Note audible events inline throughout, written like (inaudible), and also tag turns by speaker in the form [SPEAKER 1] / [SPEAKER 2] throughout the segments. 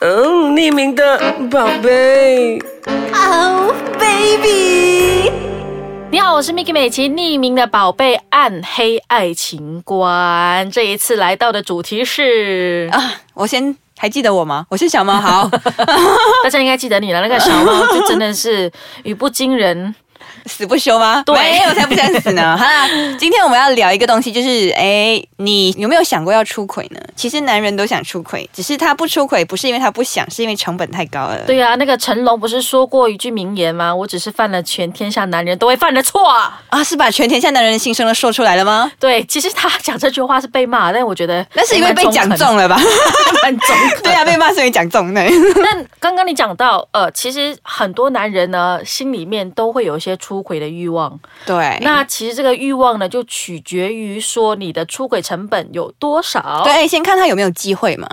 [SPEAKER 1] 嗯，匿名的宝贝。
[SPEAKER 2] 哦、baby，
[SPEAKER 3] 你好，我是 Miki 美琪，匿名的宝贝，暗黑爱情观。这一次来到的主题是，
[SPEAKER 2] 啊，我先还记得我吗？我是小 (laughs) 猫，好，
[SPEAKER 3] 呃大家应该记得你了，那个小猫就真的是语不惊人。
[SPEAKER 2] 死不休吗？
[SPEAKER 3] 对
[SPEAKER 2] 没有，我才不想死 (laughs) 呢！哈，今天我们要聊一个东西，就是哎，你有没有想过要出轨呢？其实男人都想出轨，只是他不出轨，不是因为他不想，是因为成本太高了。
[SPEAKER 3] 对呀、那个成龙不是说过一句名言吗？我只是犯了全天下男人都会犯的错啊。
[SPEAKER 2] 啊，是把全天下男人的心声都说出来了吗？
[SPEAKER 3] 对，其实他讲这句话是被骂，但我觉得
[SPEAKER 2] 那是因为被讲中
[SPEAKER 3] (laughs) 了，
[SPEAKER 2] 了吧？ (laughs)
[SPEAKER 3] 蛮中肯。
[SPEAKER 2] 对啊，被骂是因为讲中的。
[SPEAKER 3] 但刚刚你讲到，呃，其实很多男人呢，心里面都会有一些出轨的欲望。
[SPEAKER 2] 对，
[SPEAKER 3] 那其实这个欲望呢，就取决于说你的出轨成本有多少。，
[SPEAKER 2] 对，哎先看他有没有机会嘛，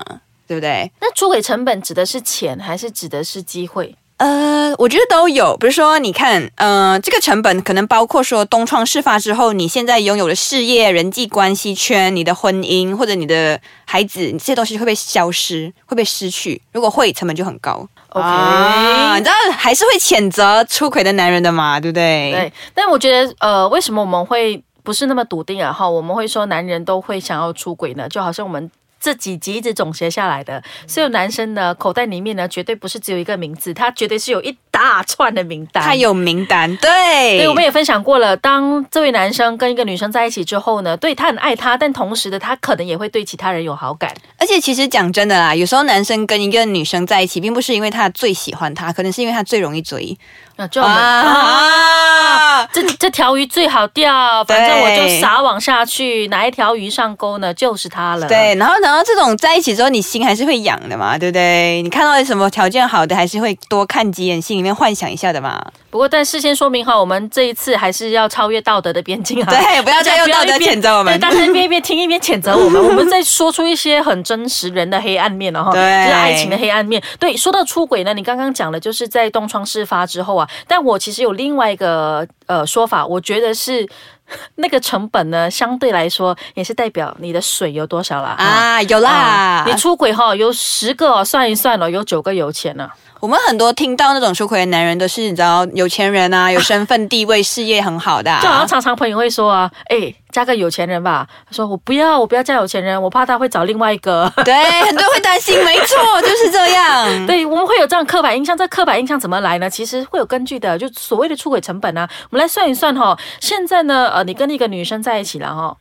[SPEAKER 2] 对不对？
[SPEAKER 3] 那出轨成本指的是钱，还是指的是机会？
[SPEAKER 2] 呃，我觉得都有，比如说，你看，呃，这个成本可能包括说东窗事发之后，你现在拥有的事业、人际关系圈、你的婚姻或者你的孩子，这些东西会被消失，会被失去。如果会，成本就很高。啊
[SPEAKER 3] OK
[SPEAKER 2] 你知道还是会谴责出轨的男人的嘛，对不 (laughs) 对？
[SPEAKER 3] 对，但我觉得，呃，为什么我们会不是那么笃定啊？哈，我们会说男人都会想要出轨呢，就好像我们。这几集一直总结下来的，所有男生呢，口袋里面呢，绝对不是只有一个名字，他绝对是有一大串的名单。
[SPEAKER 2] 他有名单，对，
[SPEAKER 3] 对，我们也分享过了。当这位男生跟一个女生在一起之后呢，对他很爱她，但同时的他可能也会对其他人有好感。
[SPEAKER 2] 而且其实讲真的啦，有时候男生跟一个女生在一起，并不是因为他最喜欢她，可能是因为他最容易追。
[SPEAKER 3] 那就我们啊
[SPEAKER 2] 啊
[SPEAKER 3] 这这条鱼最好钓，反正我
[SPEAKER 2] 对
[SPEAKER 3] 就撒网下去，哪一条鱼上钩呢，就是它了。
[SPEAKER 2] 对，然后然后这种在一起之后，你心还是会痒的嘛，对不对？你看到什么条件好的，还是会多看几眼，心里面幻想一下的嘛。
[SPEAKER 3] 不过，但事先说明哈，我们这一次还是要超越道德的边境啊！ (laughs)
[SPEAKER 2] 对不要再用道德谴责我们
[SPEAKER 3] 对，大家一边一边听一边谴责我
[SPEAKER 2] (laughs)
[SPEAKER 3] 们，我们在说出一些很真实人的黑暗面了哦哈，
[SPEAKER 2] 对
[SPEAKER 3] 就是爱情的黑暗面。对，说到出轨呢，你刚刚讲的就是在东窗事发之后啊，但我其实有另外一个呃说法，我觉得是。 (laughs) 那个成本呢，相对来说也是代表你的水有多少啦。啊
[SPEAKER 2] 啊，有啦，
[SPEAKER 3] 你出轨哈，有十个、哦、算一算了，有九个有钱呢、
[SPEAKER 2] 我们很多听到那种出轨的男人，都是你知道有钱人啊，有身份地位、事业很好 (laughs) 的、
[SPEAKER 3] 就好像
[SPEAKER 2] 啊。
[SPEAKER 3] 常常朋友会说啊，哎、嫁个有钱人吧。他说我不要，我不要嫁有钱人，我怕他会找另外一
[SPEAKER 2] (laughs)
[SPEAKER 3] 个。
[SPEAKER 2] 对，很多人会担心，没错，就是这 (laughs) 样。
[SPEAKER 3] 对，我们会有这样刻板印象。这刻板印象怎么来呢？其实会有根据的，就所谓的出轨成本啊。我们来算一算哈、现在呢，呃，你跟一个女生在一起了哈、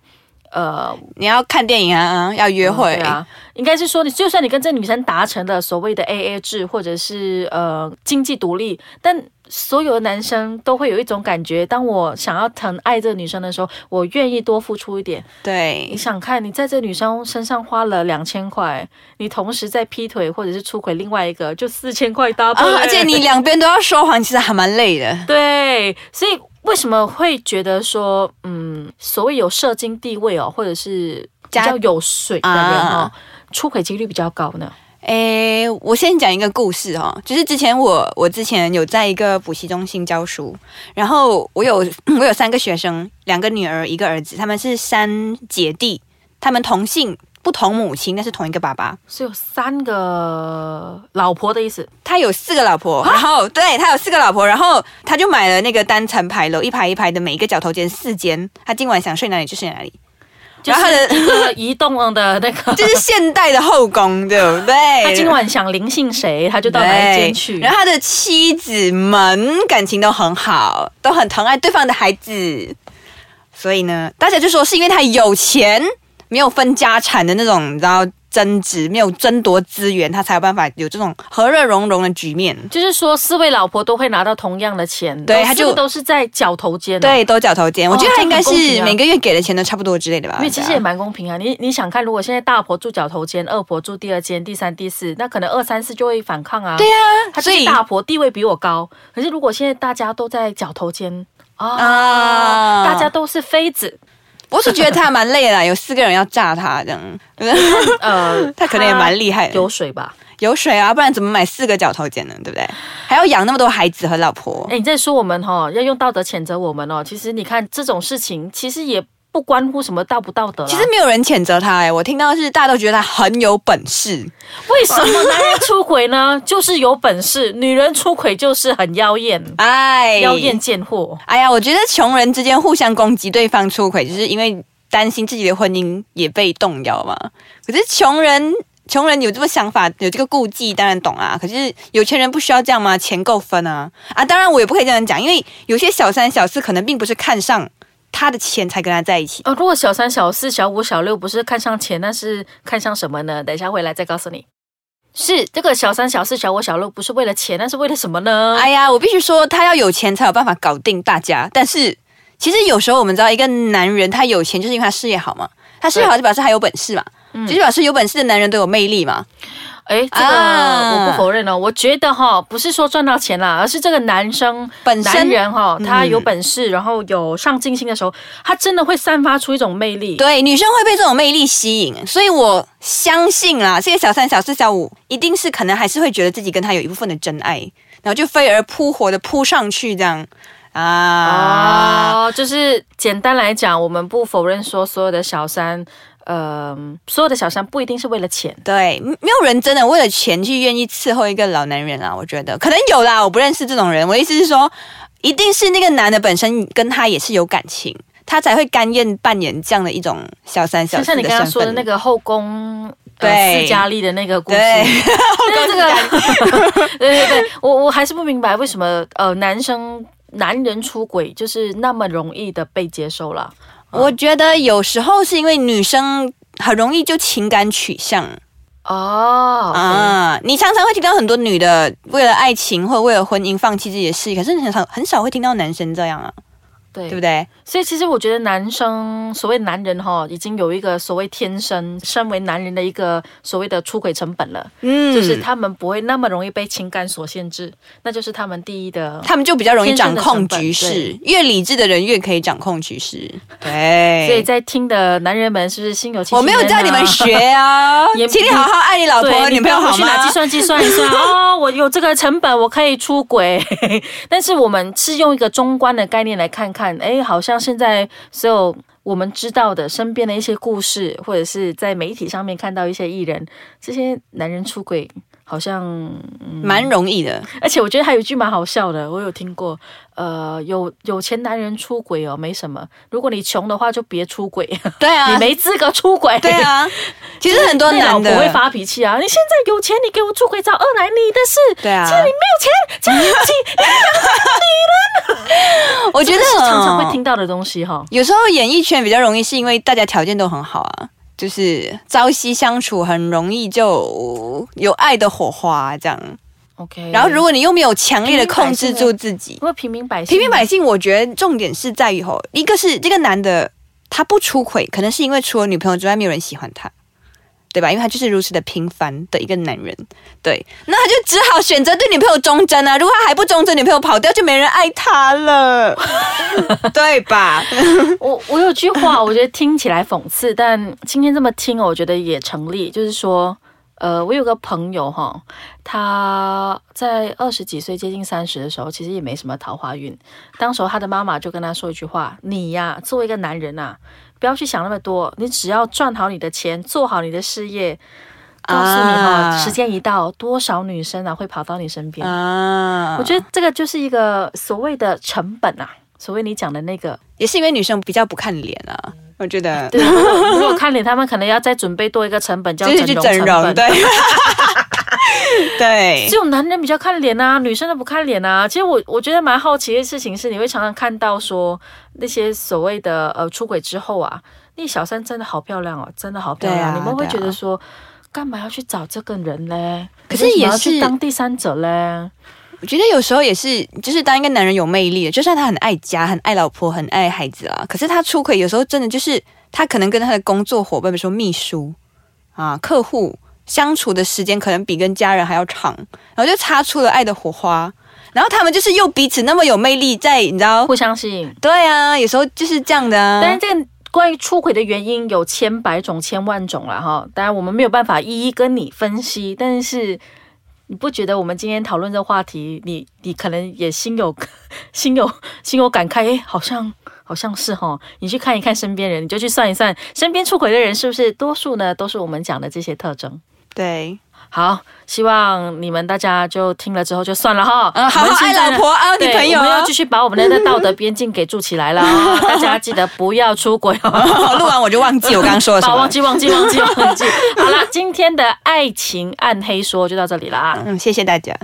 [SPEAKER 3] 呃，
[SPEAKER 2] 你要看电影啊，要约会、
[SPEAKER 3] 对啊，应该是说你，就算你跟这女生达成了所谓的 A A 制，或者是呃经济独立，但所有的男生都会有一种感觉：当我想要疼爱这个女生的时候，我愿意多付出一点。你
[SPEAKER 2] 对，
[SPEAKER 3] 想看，你在这女生身上花了两千块，你同时在劈腿或者是出轨另外一个，就四千块 double，、
[SPEAKER 2] 啊，而且你两边都要说谎，其实还蛮累的。
[SPEAKER 3] (laughs) 对，所以为什么会觉得说，嗯，所谓有社经地位哦，或者是比
[SPEAKER 2] 家
[SPEAKER 3] 较有水的人哦
[SPEAKER 2] 啊，
[SPEAKER 3] 出轨几率比较高呢？
[SPEAKER 2] 诶，我先讲一个故事哦，就是之前我我之前有在一个补习中心教书，然后我有 (clears throat) 我有三个学生，两个女儿一个儿子，他们是三姐弟，他们同姓不同母亲，但是同一个爸爸。
[SPEAKER 3] 是有三个老婆的意思，
[SPEAKER 2] 他有四个老婆，
[SPEAKER 3] 啊
[SPEAKER 2] 然后对他有四个老婆，然后他就买了那个单层牌楼，一排一排的，每一个角头间四间，他今晚想睡哪里就睡哪里，
[SPEAKER 3] 就
[SPEAKER 2] 然后他的
[SPEAKER 3] 是一个移动的那
[SPEAKER 2] (laughs)
[SPEAKER 3] 个，
[SPEAKER 2] 这是现代的后宫，对不对？
[SPEAKER 3] (laughs) 他今晚想临幸谁，他就到哪一
[SPEAKER 2] 对，
[SPEAKER 3] 间去。
[SPEAKER 2] 然后他的妻子们感情都很好，都很疼爱对方的孩子，所以呢，大家就说是因为他有钱，没有分家产的那种，你知道争执，没有争夺资源，他才有办法有这种和乐融融的局面。
[SPEAKER 3] 就是说，四位老婆都会拿到同样的钱，
[SPEAKER 2] 对
[SPEAKER 3] 然后
[SPEAKER 2] 他
[SPEAKER 3] 四个
[SPEAKER 2] 就
[SPEAKER 3] 都是在角头间、哦，
[SPEAKER 2] (laughs) 对，都脚头尖，我觉得
[SPEAKER 3] 哦
[SPEAKER 2] 他应该
[SPEAKER 3] 这样很公
[SPEAKER 2] 是
[SPEAKER 3] 平啊
[SPEAKER 2] 每个月给的钱都差不多之类的吧。
[SPEAKER 3] 因为其实
[SPEAKER 2] 对
[SPEAKER 3] 也
[SPEAKER 2] 啊
[SPEAKER 3] 蛮公平啊。你你想看，如果现在大婆住角头间，二婆住第二间、第三、第四，那可能二三四就会反抗啊。
[SPEAKER 2] 对
[SPEAKER 3] 她就
[SPEAKER 2] 啊，所
[SPEAKER 3] 是
[SPEAKER 2] 以
[SPEAKER 3] 大婆地位比我高。可是如果现在大家都在角头间啊，
[SPEAKER 2] 啊
[SPEAKER 3] 大家都是妃子，
[SPEAKER 2] 我是觉得他蛮累的啦，有四个人要炸他这样，
[SPEAKER 3] 呃，
[SPEAKER 2] (laughs) 他可能也蛮厉害的。
[SPEAKER 3] 有水吧？
[SPEAKER 2] 有水啊，不然怎么买四个脚头剪呢？对不对？还要养那么多孩子和老婆
[SPEAKER 3] 哎哦哎、。你在说我们哈、要用道德谴责我们哦。其实你看这种事情，其实也不关乎什么道不道德啦。
[SPEAKER 2] 其实没有人谴责他哎、我听到的是大家都觉得他很有本事，
[SPEAKER 3] 为什么男人出轨呢？ (laughs) 就是有本事，女人出轨就是很妖艳，
[SPEAKER 2] 哎，
[SPEAKER 3] 妖艳贱货。
[SPEAKER 2] 哎呀，我觉得穷人之间互相攻击对方出轨，就是因为担心自己的婚姻也被动摇嘛。可是穷人，穷人有这个想法，有这个顾忌，当然懂啊。可是有钱人不需要这样吗？钱够分啊！啊，当然我也不可以这样讲，因为有些小三小四可能并不是看上他的钱才跟他在一起。
[SPEAKER 3] 呃，如果小三、小四、小五、小六不是看上钱，那是看上什么呢？等一下回来再告诉你。是这个小三、小四、小五、小六不是为了钱，那是为了什么呢？
[SPEAKER 2] 哎呀，我必须说，他要有钱才有办法搞定大家。但是其实有时候我们知道，一个男人他有钱，就是因为他事业好嘛，他事业好就表示他有本事嘛，
[SPEAKER 3] 嗯
[SPEAKER 2] 就表示有本事的男人都有魅力嘛。
[SPEAKER 3] 哎，这个
[SPEAKER 2] 啊
[SPEAKER 3] 我不否认哦，我觉得哈，不是说赚到钱啦，而是这个男生
[SPEAKER 2] 本身
[SPEAKER 3] 男人哈，
[SPEAKER 2] 嗯
[SPEAKER 3] 他有本事，然后有上进心的时候，他真的会散发出一种魅力。
[SPEAKER 2] 对，女生会被这种魅力吸引，所以我相信啦，这些小三、小四、小五一定是可能还是会觉得自己跟他有一部分的真爱，然后就飞蛾扑火的扑上去这样啊。
[SPEAKER 3] 哦，就是简单来讲，我们不否认说所有的小三，呃，所有的小三不一定是为了钱。
[SPEAKER 2] 对，没有人真的为了钱去愿意伺候一个老男人啦。我觉得可能有啦，我不认识这种人。我的意思是说，一定是那个男的本身跟他也是有感情，他才会甘愿扮演这样的一种小三小
[SPEAKER 3] 就像
[SPEAKER 2] 四的
[SPEAKER 3] 你
[SPEAKER 2] 身份。
[SPEAKER 3] 刚刚说的那个后宫。呃，
[SPEAKER 2] 对
[SPEAKER 3] 斯嘉丽的那个故事， (laughs)
[SPEAKER 2] 对，
[SPEAKER 3] 但是这个， (laughs) 对对对，我我还是不明白为什么呃男生男人出轨就是那么容易的被接受了。
[SPEAKER 2] 我觉得有时候是因为女生很容易就情感取向
[SPEAKER 3] 哦，
[SPEAKER 2] 啊，你常常会听到很多女的为了爱情或者为了婚姻放弃自己的事业，可是你很少很少会听到男生这样啊，
[SPEAKER 3] 对
[SPEAKER 2] 对不对？
[SPEAKER 3] 所以其实我觉得男生所谓男人哈，已经有一个所谓天生身为男人的一个所谓的出轨成本了，
[SPEAKER 2] 嗯，
[SPEAKER 3] 就是他们不会那么容易被情感所限制，那就是他们第一的。
[SPEAKER 2] 他们就比较容易掌控局
[SPEAKER 3] 天生的
[SPEAKER 2] 势，越理智的人越可以掌控局势。
[SPEAKER 3] 所以
[SPEAKER 2] 对，
[SPEAKER 3] 在听的男人们是不是心有戚戚
[SPEAKER 2] 我没有
[SPEAKER 3] 焉啊
[SPEAKER 2] 叫你们学 (laughs) 啊
[SPEAKER 3] 也，
[SPEAKER 2] 请你好好爱你老婆、
[SPEAKER 3] 对，你
[SPEAKER 2] 女朋友
[SPEAKER 3] 不要
[SPEAKER 2] 好
[SPEAKER 3] 回去拿
[SPEAKER 2] 吗
[SPEAKER 3] 计？算机算一
[SPEAKER 2] (laughs)
[SPEAKER 3] 算哦，我有这个成本，我可以出轨。 (laughs) 但是我们是用一个中观的概念来看看，哎，好像现在所有我们知道的身边的一些故事，或者是在媒体上面看到一些艺人，这些男人出轨。好像，
[SPEAKER 2] 蛮容易的，
[SPEAKER 3] 而且我觉得还有一句蛮好笑的，我有听过，呃，有有钱男人出轨哦，没什么，如果你穷的话就别出轨，
[SPEAKER 2] 对啊，
[SPEAKER 3] 你没资格出轨。
[SPEAKER 2] (laughs) 对啊，其实很多
[SPEAKER 3] 对老
[SPEAKER 2] 男
[SPEAKER 3] 婆会
[SPEAKER 2] 的，
[SPEAKER 3] 发脾气啊！你现在有钱，你给我出轨找二奶，你的事。
[SPEAKER 2] 对啊
[SPEAKER 3] 家里没有钱，家里有钱，
[SPEAKER 2] (laughs) 我觉得
[SPEAKER 3] 是常常会
[SPEAKER 2] 哦
[SPEAKER 3] 听到的东西哈。
[SPEAKER 2] 有时候演艺圈比较容易，是因为大家条件都很好啊，就是朝夕相处，很容易就有爱的火花这样。
[SPEAKER 3] OK，
[SPEAKER 2] 然后如果你又没有强烈的控制住自己
[SPEAKER 3] 因，为平民百姓，
[SPEAKER 2] 平民百姓，我觉得重点是在于吼，一个是这个男的他不出轨，可能是因为除了女朋友之外，没有人喜欢他。对吧？因为他就是如此的平凡的一个男人，对，那他就只好选择对女朋友忠贞啊。如果他还不忠贞，女朋友跑掉，就没人爱他了， (laughs) 对
[SPEAKER 3] (laughs)
[SPEAKER 2] 吧？
[SPEAKER 3] 我我有句话，我觉得听起来讽刺，但今天这么听哦，我觉得也成立。就是说，呃，我有个朋友哈，他在二十几岁接近三十的时候，其实也没什么桃花运。当时候他的妈妈就跟他说一句话：“你呀、作为一个男人呐、不要去想那么多，你只要赚好你的钱，做好你的事业。”告诉你哈、
[SPEAKER 2] 啊
[SPEAKER 3] 时间一到，多少女生啊会跑到你身边？
[SPEAKER 2] 啊，
[SPEAKER 3] 我觉得这个就是一个所谓的成本啊，所谓你讲的那个
[SPEAKER 2] 也是因为女生比较不看脸啊，我觉得
[SPEAKER 3] 对，如果如果看脸，他们可能要再准备多一个成本，叫
[SPEAKER 2] 就是
[SPEAKER 3] 整
[SPEAKER 2] 去
[SPEAKER 3] 容
[SPEAKER 2] 整
[SPEAKER 3] 成
[SPEAKER 2] 容，
[SPEAKER 3] 本。(laughs)
[SPEAKER 2] 对，对
[SPEAKER 3] 只，有男人比较看脸啊，女生都不看脸啊。其实我我觉得蛮好奇的事情是，你会常常看到说那些所谓的呃出轨之后啊，那小三真的好漂亮哦，真的好漂
[SPEAKER 2] 对
[SPEAKER 3] 亮。
[SPEAKER 2] 啊
[SPEAKER 3] 你们会
[SPEAKER 2] 对啊
[SPEAKER 3] 觉得说，干嘛要去找这个人嘞？
[SPEAKER 2] 可是
[SPEAKER 3] 为什么
[SPEAKER 2] 也
[SPEAKER 3] 要去
[SPEAKER 2] 是
[SPEAKER 3] 当第三者嘞？
[SPEAKER 2] 我觉得有时候也是，就是当一个男人有魅力的，就算他很爱家、很爱老婆、很爱孩子啊，可是他出轨有时候真的就是他可能跟他的工作伙伴，比如说秘书啊、客户相处的时间，可能比跟家人还要长，然后就擦出了爱的火花，然后他们就是又彼此那么有魅力，在你知道。
[SPEAKER 3] 互相吸引。
[SPEAKER 2] 对啊，有时候就是这样的啊。
[SPEAKER 3] 但是这个关于出轨的原因有千百种、千万种了哈，当然我们没有办法一一跟你分析，但是。你不觉得我们今天讨论这 (laughs) 个话题，你你可能也心有心有心有感慨？诶，好像好像是哈、哦。你去看一看身边人，你就去算一算，身边出轨的人是不是多数呢？都是我们讲的这些特征。
[SPEAKER 2] 对， (laughs)
[SPEAKER 3] 好，希望你们大家就听了之后就算了哈。
[SPEAKER 2] 嗯，好
[SPEAKER 3] 我们
[SPEAKER 2] 好爱
[SPEAKER 3] 现在呢
[SPEAKER 2] 老婆，爱你
[SPEAKER 3] 对
[SPEAKER 2] 朋友
[SPEAKER 3] 我们
[SPEAKER 2] 哦
[SPEAKER 3] 要。继续把我们的那个道德边境给筑起来
[SPEAKER 2] (laughs)
[SPEAKER 3] 了哦，大家记得不要出轨哦。
[SPEAKER 2] 好录完我就忘记我刚刚说了
[SPEAKER 3] (laughs)
[SPEAKER 2] 什
[SPEAKER 3] 好，
[SPEAKER 2] 么。
[SPEAKER 3] 忘记忘记忘记忘记。好啦，今天的爱情暗黑说就到这里啦。
[SPEAKER 2] 嗯，谢谢大家。